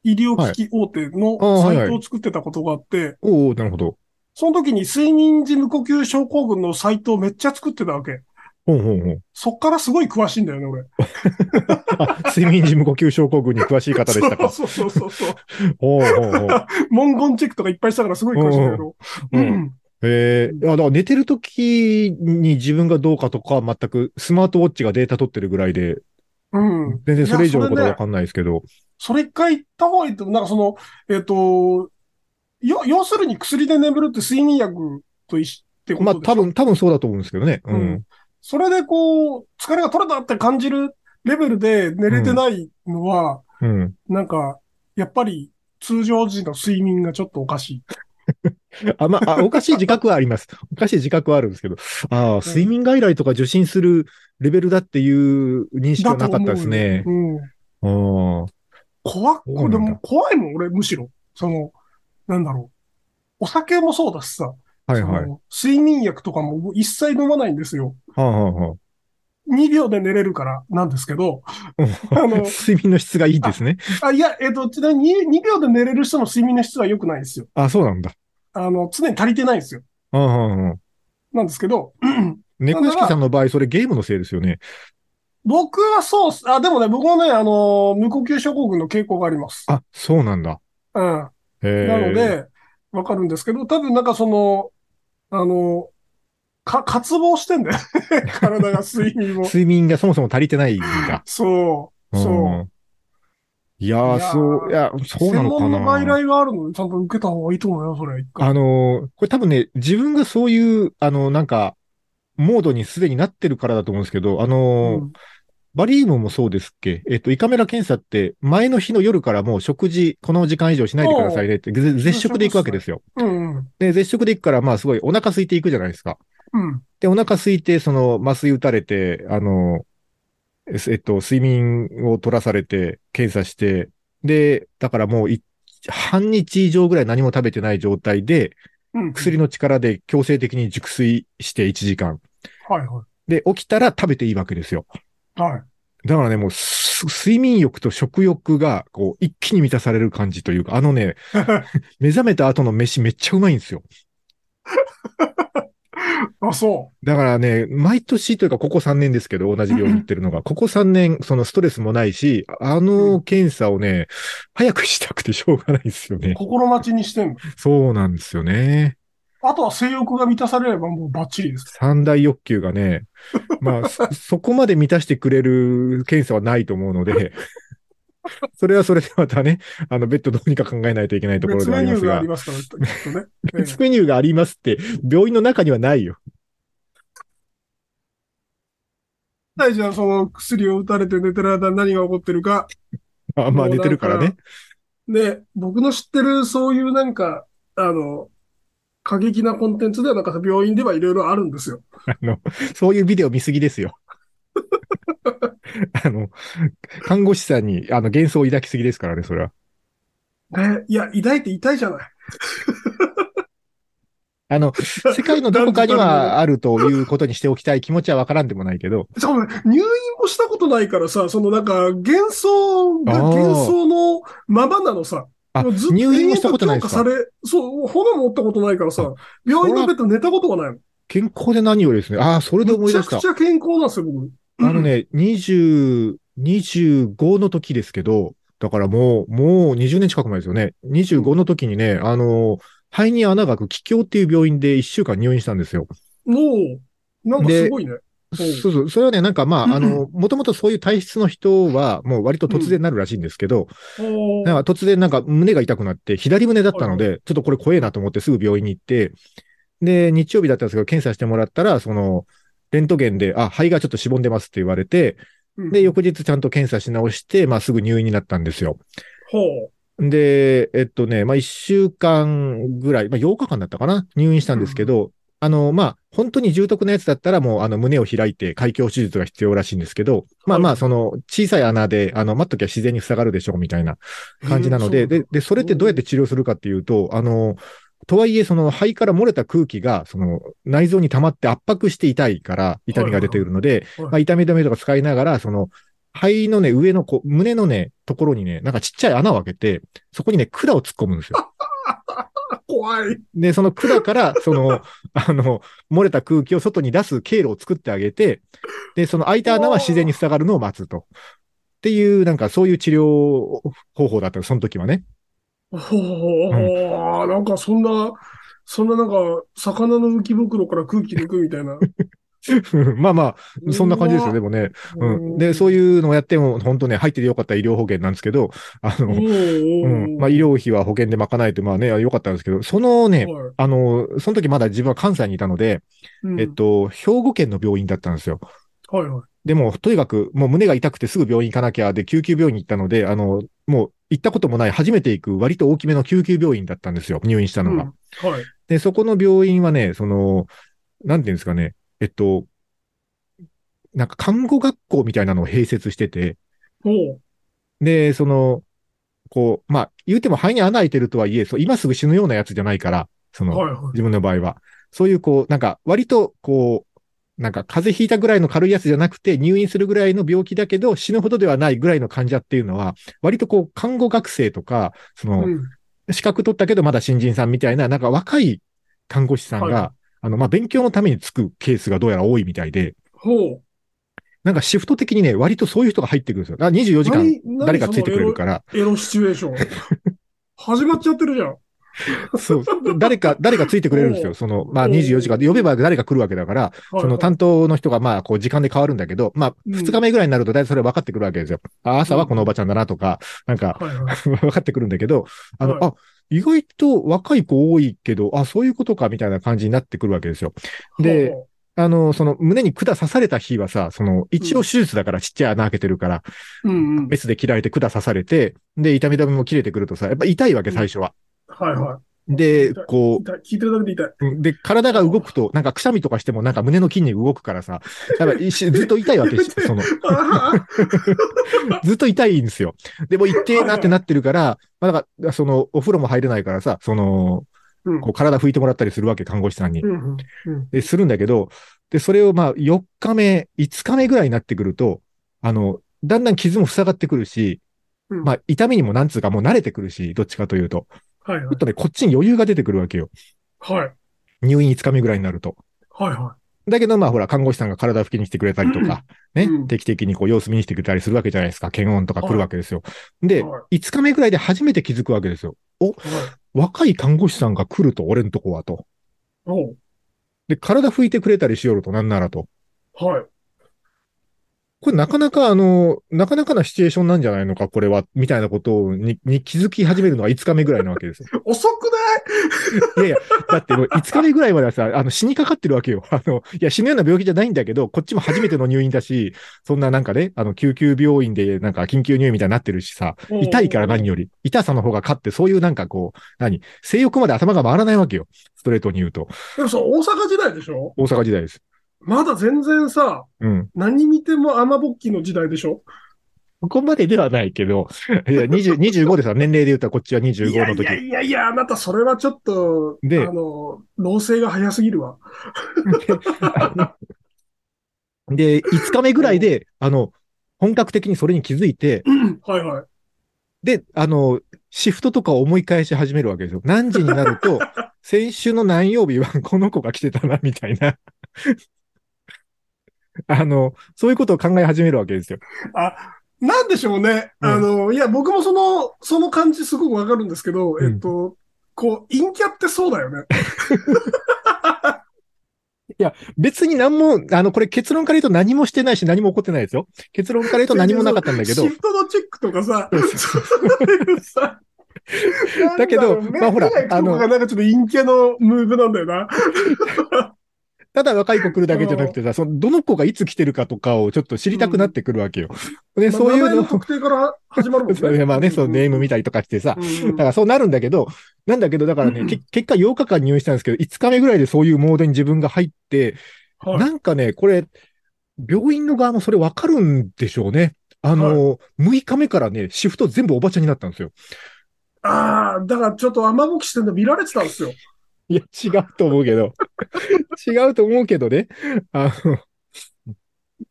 医療機器大手
はい
の
あーは
サ
いはい
イトを作ってたことがあって、
おおなるほど。
その時に睡眠時無呼吸症候群のサイトをめっちゃ作ってたわけ。
ほんほんほん。
そっからすごい詳しいんだよね、俺。
あ、睡眠時無呼吸症候群に詳しい方でしたか。
(laughs) そうそうそうそう。
ほうほうほう。
文言チェックとかいっぱいしたからすごい詳しいんだけど。
う
うんん。
ええいや、だから寝てる時に自分がどうかとかは全くスマートウォッチがデータ取ってるぐらいで、
うん。
全然それ以上のことはわ
いやそ
か
れね
んないですけど。
それ一回言った方がいいと思う、なんかその、えっ、と、よ、要するに薬で眠るって睡眠薬と一緒ってこと
まあ
でしょ
多分、多分そうだと思うんですけどね。う。
うんそれでこう、疲れが取れたって感じるレベルで寝れてないのは、
うん。
なんか、やっぱり通常時の睡眠がちょっとおかしい。
あ、まあ、あおかしい自覚はあります。 (laughs) おかしい自覚はあるんですけど。ああ、睡眠外来とか受診するレベルだっていう認識はなかったですね。
うん。
うん。
怖っ、
そうな
こ
ん
れ
だ
でも怖いもん、俺、むしろ。その、なんだろう。お酒もそうだしさ、
はいはい。
その睡眠薬とかも一切飲まないんですよ。
はあはあは
2秒で寝れるからなんですけど、あ
あ、
の、
睡眠の質がいいですね。
あ、いや、えっ、と、ちなみに2秒で寝れる人の睡眠の質は良くないんですよ。
あそうなんだ。
あの、常に足りてないんですよ。
はあはあはあ、
なんですけど、
猫屋敷さんの場合、それゲームのせいですよね。
僕はそうっす。あ、でもね、僕もね、あのー無呼吸症候群の傾向があります。
あ、そうなんだ。
うん。な
へえ
の、で、わかるんですけど、多分なんかその、あのーか、渇望してんだよね。体が睡眠を。 (laughs)
睡眠がそもそも足りてないんだ。
そう、そう。
いや
いや
ー、
ー
そう、いや、そうな
専
のか
門の外
な。
来があるので、ちゃんと受けた方がいいと思うよ、それは一回。
あのー、これ多分ね、自分がそういう、あの、なんか、モードにすでになってるからだと思うんですけど、あのー、
うん
バリウムもそうですっけえっと、胃カメラ検査って、前の日の夜からもう食事、この時間以上しないでくださいねって、ぜ絶食で行くわけですよ。
うん。うん
で、絶食で行くから、まあすごいお腹空いていくじゃないですか。
うん。
で、お腹空いて、その、麻酔打たれて、あの、ええっと、睡眠を取らされて、検査して、で、だからもうい、半日以上ぐらい何も食べてない状態で、
うん。
薬の力で強制的に熟睡して1時間。
はいは
で、起きたら食べていいわけですよ。
い。はい。
だからね、もう、す睡眠欲と食欲が、こう、一気に満たされる感じというか、あのね、目覚めた後の飯めっちゃうまいんですよ。
(laughs) あ、そ
だからね、毎年というか、ここ3年ですけど、同じ病院行ってるのが、ここ3年、そのストレスもないし、あ
う
の
ん
検査をね、早くしたくてしょうがないですよ
う。
ね。
心待ちにしてんの。
そうなんですよね。
あとは性欲が満たされればもうバッチリです。
三大欲求が
(laughs)
ね、まあ、そそこまで満たしてくれる検査はないと思うの
(laughs)
で、それはそれでまたね、あの、別途どうにか考えないといけないところ
別
ではあ
メ
り
ニ
ます
ューがあ
が
り、ますから、きっとね。ええ
別メニューがありますって、病院の中にはないよ。
大事はその薬を打たれて寝てる間に何が起こってるか。
あ (laughs) まあ、寝てるからね。
で、僕の知ってるそういうなんか、あの、過激なコンテンツではなんか病院ではいろいろあるんですよ。
あの、そういうビデオ見すぎです
(laughs)
よ。あの、看護師さんに、あの、幻想を抱きすぎですからね、それは。
ね、いや、抱いて痛いじゃない。
あ
(laughs)
の、世界のどこかにはあるということにしておきたい気持ちはわからんでもないけど、
しかもね、入院もしたことないからさ、そのなんか幻想が
あー
幻想のままなのさ。
あ、
もうずっと
入院もしたことない
延
です
々強
か
化され、そう、骨も折ったことないからさ、病院のベッド寝たことがないの。
健康で何よりですね。ああ、それで思い出し
め
た
ち。ゃくちゃ健康なんですよ、僕。
あのね、20、25の時ですけど、だからもう、もう20年近く前ですよね。25の時にね、あの、肺に穴が開く気胸っていう病院で1週間入院したんですよ。
もう、なんかすごいね。
そうそう。それはね、なんかまあ、あの、もともとそういう体質の人は、もう割と突然なるらしいんですけど、
おー
なんか突然なんか胸が痛くなって、左胸だったので、ちょっとこれ怖えなと思ってすぐ病院に行って、で、日曜日だったんですけど、検査してもらったら、その、レントゲンで、あ、肺がちょっとしぼんでますって言われて、
うん
で、翌日ちゃんと検査し直して、まあすぐ入院になったんですよ。
ほ
で、えっとね、まあ1週間ぐらい、まあ8日間だったかな、入院したんですけど、あの、まあ、本当に重篤なやつだったらもう、あの、胸を開いて開胸手術が必要らしいんですけど、まあまあ、その、小さい穴で、あの、待っときゃ自然に塞がるでしょう、みたいな
う
感じなので、
えーそう
で、で、それってどうやって治療するかっていうと、あの、とはいえ、その肺から漏れた空気が、その内臓に溜まって圧迫して痛いから、痛みが出てくるので、
はいはいはい
まあ、痛み止めとか使いながら、その肺のね、上のこう、胸のね、ところにね、なんかちっちゃい穴を開けて、そこにね、管を突っ込むんですよ。
あ怖い。
で、その管から、その、 (laughs) あの、漏れた空気を外に出す経路を作ってあげて、で、その開いた穴は自然に塞がるのを待つと。っていう、なんかそういう治療方法だったの、その時はね。 (laughs)
ほーなんかそんな、そんななんか、魚の浮き袋から空気抜くみたいな。
うんまあまあ、 (laughs) そんな感じですよ、で
も。
もね。うん。で、そういうのをやっても、本当ね、入っててよかった医療保険なんですけど、あ
おー
の、
お
う
ー
ん。まあ、医療費は保険で賄えて、まあね、よかったんですけど、そのね、
はい
あの、その時まだ自分は関西にいたので、
うん
えっと、兵庫県の病院だったんですよ。
はいはい。
でも、とにかく、もう胸が痛くてすぐ病院行かなきゃ、で、救急病院に行ったので、あの、もう行ったこともない、初めて行く、割と大きめの救急病院だったんですよ、入院したの
うん
が。
はい。
で、そこの病院はね、その、なんていうんですかね、えっと、なんか看護学校みたいなのを併設してて、
おー
で、その、こう、まあ、言うても肺に穴開いてるとはいえ、そう今すぐ死ぬようなやつじゃないから、その、
はいはい。
自分の場合は。そういう、こう、なんか、割と、こう、なんか、風邪ひいたぐらいの軽いやつじゃなくて、入院するぐらいの病気だけど、死ぬほどではないぐらいの患者っていうのは、割とこう、看護学生とか、その、
うん
資格取ったけどまだ新人さんみたいな、なんか若い看護師さんが、
は
あの、まあ、勉強のためにつくケースがどうやら多いみたいで、
ほう。
なんかシフト的にね、割とそういう人が入ってくるんですよ。だから24時間
何
誰かついてくれるから。
エロシチュエーション。始まっちゃってるじゃん。
(laughs) そう。誰か、誰かついてくれるんです
お
よ。
う
その、まあ
おう
24時間で呼べば誰か来るわけだから、その担当の人がまあこう時間で変わるんだけど、まあ
うん
2日目ぐらいになると大体それ分かってくるわけですよ。あ朝はこのおばちゃんだなとか、なんか
はいはいはい
分かってくるんだけど、あの、
はい
あ、意外と若い子多いけど、あ、そういうことかみたいな感じになってくるわけですよ。で、
ほ
あの、その胸に管刺された日はさ、その一応手術だからちっちゃい穴開けてるから、
ううんうん。
メスで切られて管刺されて、で、痛み止めも切れてくるとさ、やっぱ痛いわけ
うん
最初は。
はいは
で、
痛いい。
こ
痛い聞いてるだけで痛い。
う、で、体が動くと、なんかくしゃみとかしてもなんか胸の筋肉動くからさ、やっぱり
(laughs)
しずっと痛いわけしその、
あ
ずっと痛いんですよ。でも痛えなってなってるから、まあだから、その、お風呂も入れないからさ、その、
(laughs) うん
こう体拭いてもらったりするわけ、看護師さんに
う。んうん
でするんだけど、で、それをまあ4日目、5日目ぐらいになってくると、あの、だんだん傷も塞がってくるし、
うん
まあ痛みにもなんつうかもう慣れてくるし、どっちかというと。
はい
ちょ
は
っとね、こっちに余裕が出てくるわけよ。
い。はい。
入院5日目ぐらいになると。
はいは
だけどまあほら、看護師さんが体拭きに来てくれたりとか、ね
うん、
定期的にこう様子見に来てくれたりするわけじゃないですか。検温とか来るわけですよ。
い。
で、
はい
5日目ぐらいで初めて気づくわけですよ。
はい。
若い看護師さんが来ると、俺んとこはと。
おう
で、体拭いてくれたりしよると、なんならと。
はい。
これなかなかあの、なかなかなシチュエーションなんじゃないのか、これは、みたいなことにに気づき始めるのが5日目ぐらいなわけですよ。
遅くない
いやいや、だってもう5日目ぐらいまではさ、あの、死にかかってるわけよ。あの、いや、死ぬような病気じゃないんだけど、こっちも初めての入院だし、そんななんかね、あの、救急病院でなんか緊急入院みたいになってるしさ、 (laughs) 痛いから何より、痛さの方が勝って、そういうなんかこう、何、性欲まで頭が回らないわけよ。ストレートに言うと。
でもさ、大阪時代でしょ
大阪時代です。
まだ全然さ、
うん。
何見ても雨ぼっきの時代でしょ
ここまでではないけど、いや、20 25でさ、年齢で言ったらこっちは25の時
いやいやいやいや、あなたそれはちょっと、
で
あの、老成が早すぎるわ。
で、5日目ぐらいで、あの、本格的にそれに気づいて、
はいはい。
で、あの、シフトとかを思い返し始めるわけですよ。何時になる
(laughs)
と、先週の何曜日はこの子が来てたな、みたいな。 (laughs) あの、そういうことを考え始めるわけですよ。
なんでしょうね。
うん
あの、いや、僕もその、その感じすごくわかるんですけど、
うん
えっと、こう、陰キャってそうだよね。
別に何も、あの、これ結論から言うと何もしてないし何も起こってないですよ。結論から言うと何もなかったんだけど
(laughs) シ。フトのチェックとかさ、 (laughs)
そう
そう
(laughs) だけど
なんだろう
まあほら
目が行くとこ
あ
がなんかちょっと陰キャのムーブなんだよな。
ただ若い子来るだけじゃなくてさ、その、どの子がいつ来てるかとかをちょっと知りたくなってくるわけよ。で、そういう
まあ名前
の
の特定から始まるもん
(laughs) そう
ね。
まあね、そう、ネーム見たりとかしてさ、だからそうなるんだけど、なんだけど、だからね、け結果8日間入院したんですけど、5日目ぐらいでそういうモードに自分が入って、
はい
なんかね、これ、病院の側もそれわかるんでしょうね。あの、6日目からね、シフト全部おばちゃんになったんですよ。
ああ、だからちょっと雨ぼきしてるの見られてたんですよ。
いや、違うと思う (laughs) けど。違うと思うけどね。あの、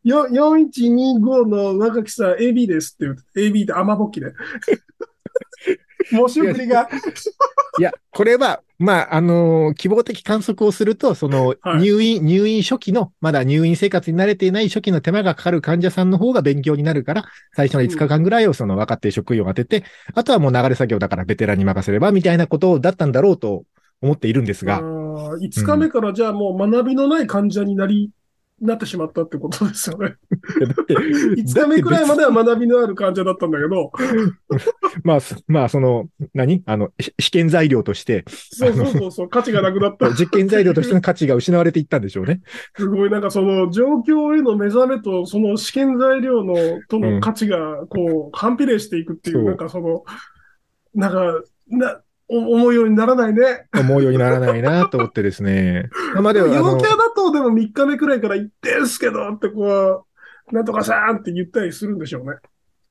よ4125の若木さん AB ですって言うて、AB って雨ぼっきで。 (laughs) 申し送りが。
いや、これは、まあ、あの希望的観測をすると、その、
はい
入院、入院初期の、まだ入院生活に慣れていない初期の手間がかかる患者さんの方が勉強になるから、最初の5日間ぐらいをその若手職員を当てて、あとはもう流れ作業だからベテランに任せれば、みたいなことだったんだろうと思っているんですが、
あー5日目からじゃあもう学びのない患者になり、なってしまったってことです (laughs) よね。
(laughs) だって、
5日目くらいまでは学びのある患者だったんだけど、
まあ、そまあ、その、何あの、ひ試験材料と
(laughs)
して、
そうそうそうそう、価値がなくなった。
実験材料としての価値が失われていったんでしょうね。
すごい、なんかその状況への目覚めと、その試験材料の、と
う
の
ん
価値が、こう、反比例していくってい
そう
う、なんかその、なんか、な、お思うようにならないね。
思うようにならないなと思ってです
(laughs)
ね。まあ、で
で
も、
も、
あ
陽
の
キャだと、でも3日目くらいから言ってんすけどって、こう、なんとかさーんって言ったりするんでしょうね。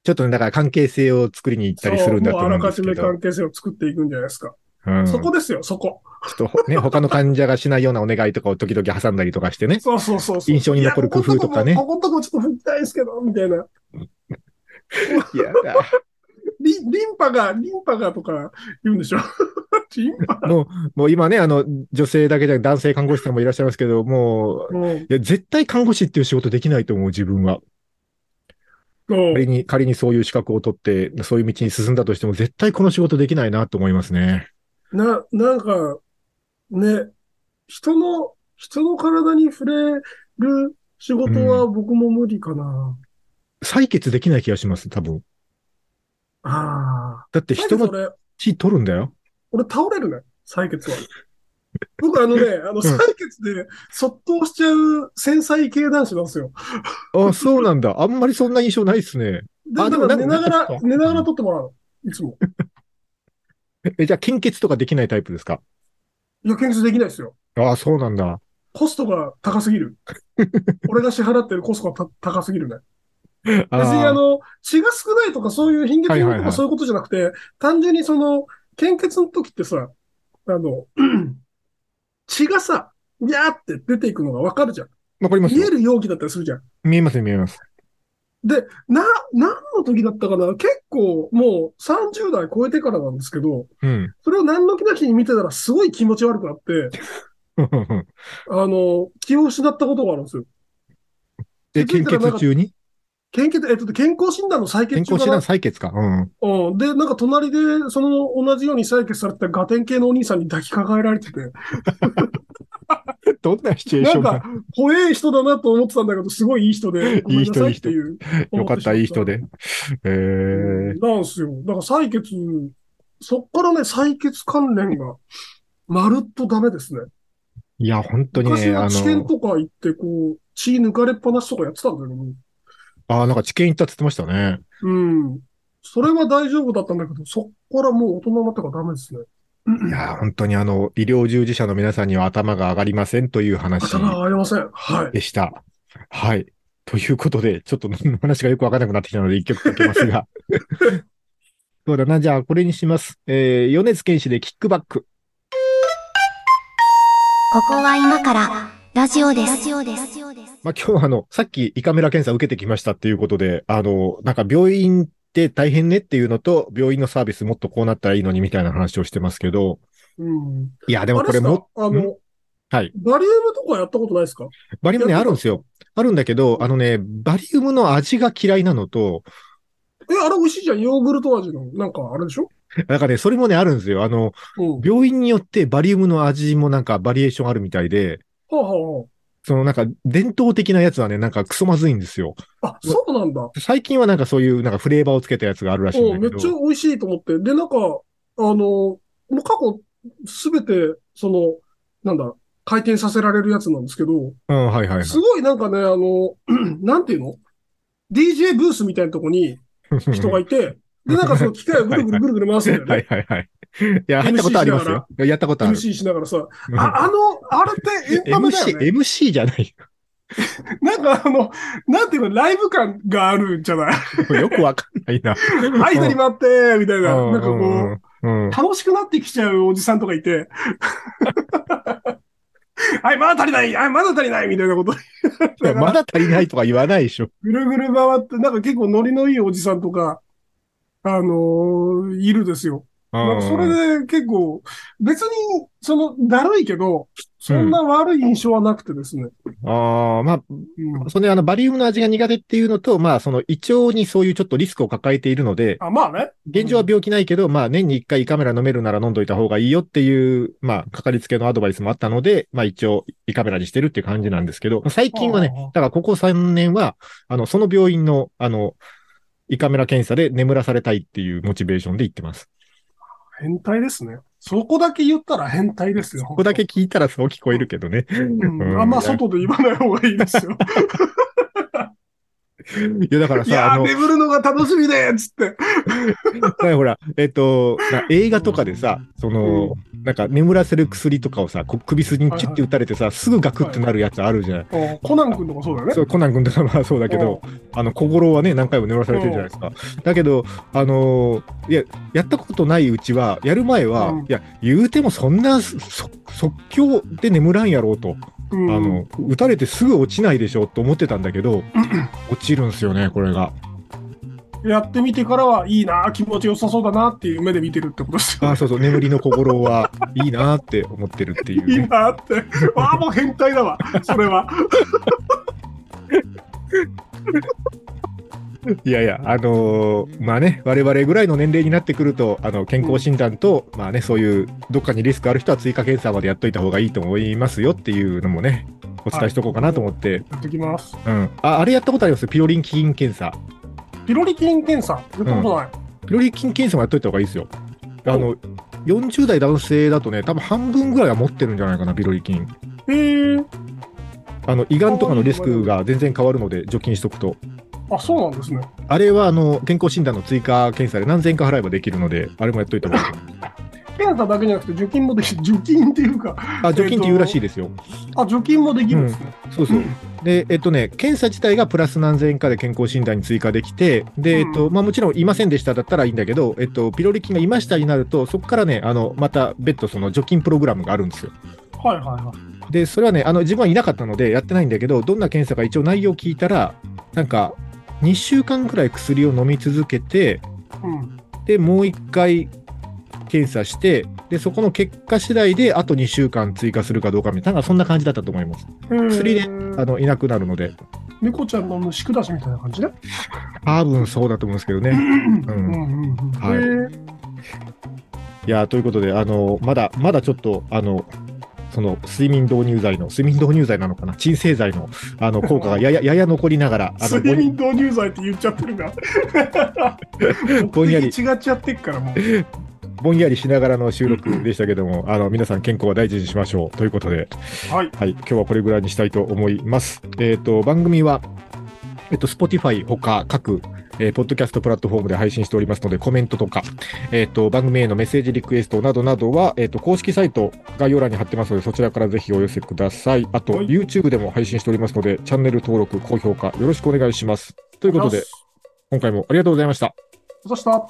ちょっとね、だから関係性を作りに行ったりするんだと
そうも
思
う
う
あら
んで
か
す
じ
け
め
ど。
関係性を作っていくんじゃないですか。
うん、
そこですよ、そこ。
ちょっとね、他の患者がしないようなお願いとかを時々挟んだりとかしてね。
そうそうそうそう。
印象に残る工夫とかね
いやここんとこもここんとこちょっと振りたいんすけど、みたいな。
いや、
リリンパが、リンパがとか言うんでしょ (laughs) リンパ
もう、もう今ね、あの、女性だけじゃなく男性看護師さんもいらっしゃいますけど、もう、
もう
いや、絶対看護師っていう仕事できないと思う、自分は。
も
仮に、仮にそういう資格を取って、そういう道に進んだとしても、絶対この仕事できないなと思いますね。
な、なんか、ね、人の、人の体に触れる仕事は僕も無理かな。
採血できない気がします、多分。
ああ。
だって人
採血
の
俺、
血取るんだよ。
俺倒れるね、採血は。僕あ
(laughs)
のね、あの採血で、そっとしちゃう繊細系男子なんですよ。
あ、そうなんだ。あんまりそんな印象ないっすね。
で、
あ
だ
で
か
もな
ら寝
んか
なが、
なんからそう
寝ながら撮ってもらうの。いつも。
え、じゃあ献血とかできないタイプですか
いや、検出できないですよ。
ああ、そうなんだ。
コストが高すぎる。俺が支払ってるコストがた高すぎるね。
あ
別にあ
ー
の、血が少ないとかそういう貧血
はい
病
はい
と
はい
かそういうことじゃなくて、単純にその、献血の時ってさ、あ
(clears throat)
の、血がさ、にゃーって出ていくのがわかるじゃん。
わかります
見
よ
え。る容器だったりするじゃん。
見えますよ、見えます。
で、な、何の時だったかな結構もう30代超えてからなんですけど、
うん。
それを何の気なしに見てたらすごい気持ち悪くなって、あの、気を失ったことがあるんですよ。
(laughs) で、
気
献
づいたらなん
血
か
中に
献血、えっと、健康診断の採
健
血
康
中か
診
な
断採血か。うん。
うん。で、なんか隣で、その同じように採血されてたガテン系のお兄さんに抱きかかえられてて、
(laughs) どんなシチュエー
な
ショ
ん
ン
か
が。、
怖え人だなと思ってたんだけど、すごいいい人で、ごめんなさっていう。
(laughs) よかった、いい人で。え
う
ー
ん。なんすよ。だから採血、そっからね、採血関連が、まるっとダメですね。
いや、本当に
昔
ね、
は
あ
治験
の、
とか行って、こう、血抜かれっぱなしとかやってたんだけど、
ああ、なんか治験行ったって言ってましたね。
うん。それは大丈夫だったんだけど、そっからもう大人になってからダメですね。
いや、本当にあの、医療従事者の皆さんには頭が上がりませんという話
頭がありません。はい。
でした。はい。ということで、ちょっと何の話がよくわからなくなってきたので、一曲かけます (laughs) が。そうだな、じゃあこれにします。えー、米津玄師でキックバック。
ここは今からラジオです。ラジオです。
まあ、今日はあの、さっき胃カメラ検査受けてきましたっていうことで、あの、なんか病院って大変ねっていうのと、病院のサービスもっとこうなったらいいのにみたいな話をしてますけど、
うん。
いや、でも
あれ
こ
で
れ
すか
も、
あの、
はい。
バリウムとかやったことないですか
バリウムね、あるんですよ。あるんだけど、あのね、バリウムの味が嫌いなのと、
え、あれ美味しいじゃん。ヨーグルト味の、なんかあれでしょ
なんかね、それもね、あるんですよ。あの、
うん。は
病院によってバリウムの味もなんかバリエーションあるみたいで、
あ、は
そのなんか伝統的なやつはね、なんかクソまずいんですよ。
あはあ、あ、そうなんだ。
最近はなんかそういうなんかフレーバーをつけたやつがあるらしい
うんん、
だ
めっ
け
ちゃ
ど。
美味しいと思って。で、なんか、あの、もう過去、すべて、その、なんだ、回転させられるやつなんですけど、
うん、はいはいはい。
すごいなんかね、あの、 (clears throat) なんていうの ?DJ ブースみたいなとこに人がいて、で、なんかその機械をぐるぐるぐるぐる回すんだよね。
はいはいはい。いや、入ったことありますよ。やったことある。
MC しながらさ、
うん
あ、あの、あれってエンタメだ
MC
よね。、
MC じゃない。
なんかあの、なんていうの、ライブ感があるんじゃない
よくわかんないな。
はい、左待って、みたいな。なんか
う
こ
んうんうん
う、楽しくなってきちゃうおじさんとかいて。 (laughs) はい、まだ足りないはい、まだ足りないみたいなこと。
うんまだ足りないとか言わないでしょ。
ぐるぐる回って、なんか結構ノリのいいおじさんとか、あのーいるですよ。なんかそれで結構、別に、その、だるいけど、そんな悪い印象はなくてですね。
ああ、まあ、
うん
そのあの、バリウムの味が苦手っていうのと、まあ、その胃腸にそういうちょっとリスクを抱えているので、
あまあね。
現状は病気ないけど、まあ、年に一回胃カメラ飲めるなら飲んどいた方がいいよっていう、まあ、かかりつけのアドバイスもあったので、まあ、一応胃カメラにしてるっていう感じなんですけど、最近はね
ああ、
だからここ3年は、あの、その病院の、あの、胃カメラ検査で眠らされたいっていうモチベーションで行ってます。
変態ですね。そこだけ言ったら変態ですよ。
ここだけ聞いたらそう聞こえるけど
(laughs)
ね。
うん、あんま外で言わない方がいいで
(laughs)
すよ。
いや、だから
い
さ、
や
あ
ー、
の、
眠るのが楽しみでーっつって。
だからほら、えっと、な映画とかでさ、その、なんか眠らせる薬とかをさ、こう首筋にチュッて打たれてさ、すぐガクってなるやつあるじゃない。
うんコナン君とかそうだよね。
そう、コナン君とかまあそうだけど、あの、小五郎はね、何回も眠らされてるじゃないですか。だけど、あのーいや、やったことないうちは、やる前は、
うん
いや、言うてもそんなそ即興で眠らんやろうと、
うん、
あの、打たれてすぐ落ちないでしょと思ってたんだけど、落ちるんですよね、これが。
やってみてからはいいな、気持ちよさそうだなっていう目で見てるってことですよ
あ。そうそう、眠りの小五郎はいいなーって思ってるっていう
(laughs) いい
ね。(laughs)
なって。ああ、もう変態だわ、それは。
いやいや、あのーまあね、我々ぐらいの年齢になってくると、あの、健康診断と、まあね、そういう、どっかにリスクある人は追加検査までやっといた方がいいと思いますよっていうのもね、お伝えしとこうかなと思って。
やってきます。
うん。あ、あれやったことありますピロリン菌検査。
ピロリ菌検査。やったことない。
ピロリ菌検査もやっといた方がいいですよ。あの、40代男性だとね、多分半分ぐらいは持ってるんじゃないかな、ピロリ菌。
へえ。
あの、胃がんとかのリスクが全然変わるので、除菌しとくと。
あ、そうなんですね。
あれは、あの、健康診断の追加検査で何千円か払えばできるので、あれもやっといた方がいい。
検査だけじゃなくて除菌もでき (laughs) る。除菌っていうか、
あ、除菌って言うらしいですよ。
あ、除菌もできるんですね。
そうそう。で、えっとね、検査自体がプラス何千円かで健康診断に追加できて、で、え
うん
っと、まあもちろんいませんでしただったらいいんだけど、えっと、ピロリ菌がいましたになると、そこからね、あの、また別途その除菌プログラムがあるんですよ。
はいはいはい。
で、それはね、あの、自分はいなかったのでやってないんだけど、どんな検査か一応内容聞いたら、なんか、2週間くらい薬を飲み続けて、
うん。
で、もう1回検査して、で、そこの結果次第で、あと2週間追加するかどうかみたいな、なんかそんな感じだったと思います。薬であ
で。
の、いなくなるので。
猫ちゃんの虫下しみたいな感じね。
多分そうだと思うんですけどね。う
うん
ん。
うんうん。
はい
へ
いやー、ということで、あの、まだ、まだちょっと、あの、その睡眠導入剤の、睡眠導入剤なのかな、鎮静剤のあの効果がやややや残りながら、
え。
あの
睡
ぼ
眠
ん
導入剤って言っちゃってるが。
(laughs) ぼんやり
(laughs) 目的違っちゃってっからもう。
ぼんやりしながらの収録でしたけども、あの皆さん、健康は大事にしましょうということで、
はい。
はい、今日はこれぐらいにしたいと思います。えっ、と、番組は、えっ、と、Spotify ほか各、えーポッドキャストプラットフォームで配信しておりますので、コメントとか、えっ、と、番組へのメッセージリクエストなどなどは、えっ、と、公式サイト概要欄に貼ってますので、そちらからぜひお寄せください。あと、
はい
YouTube でも配信しておりますので、チャンネル登録、高評価よろしくお願いします。ということで、今回もありがとうございました。
どうした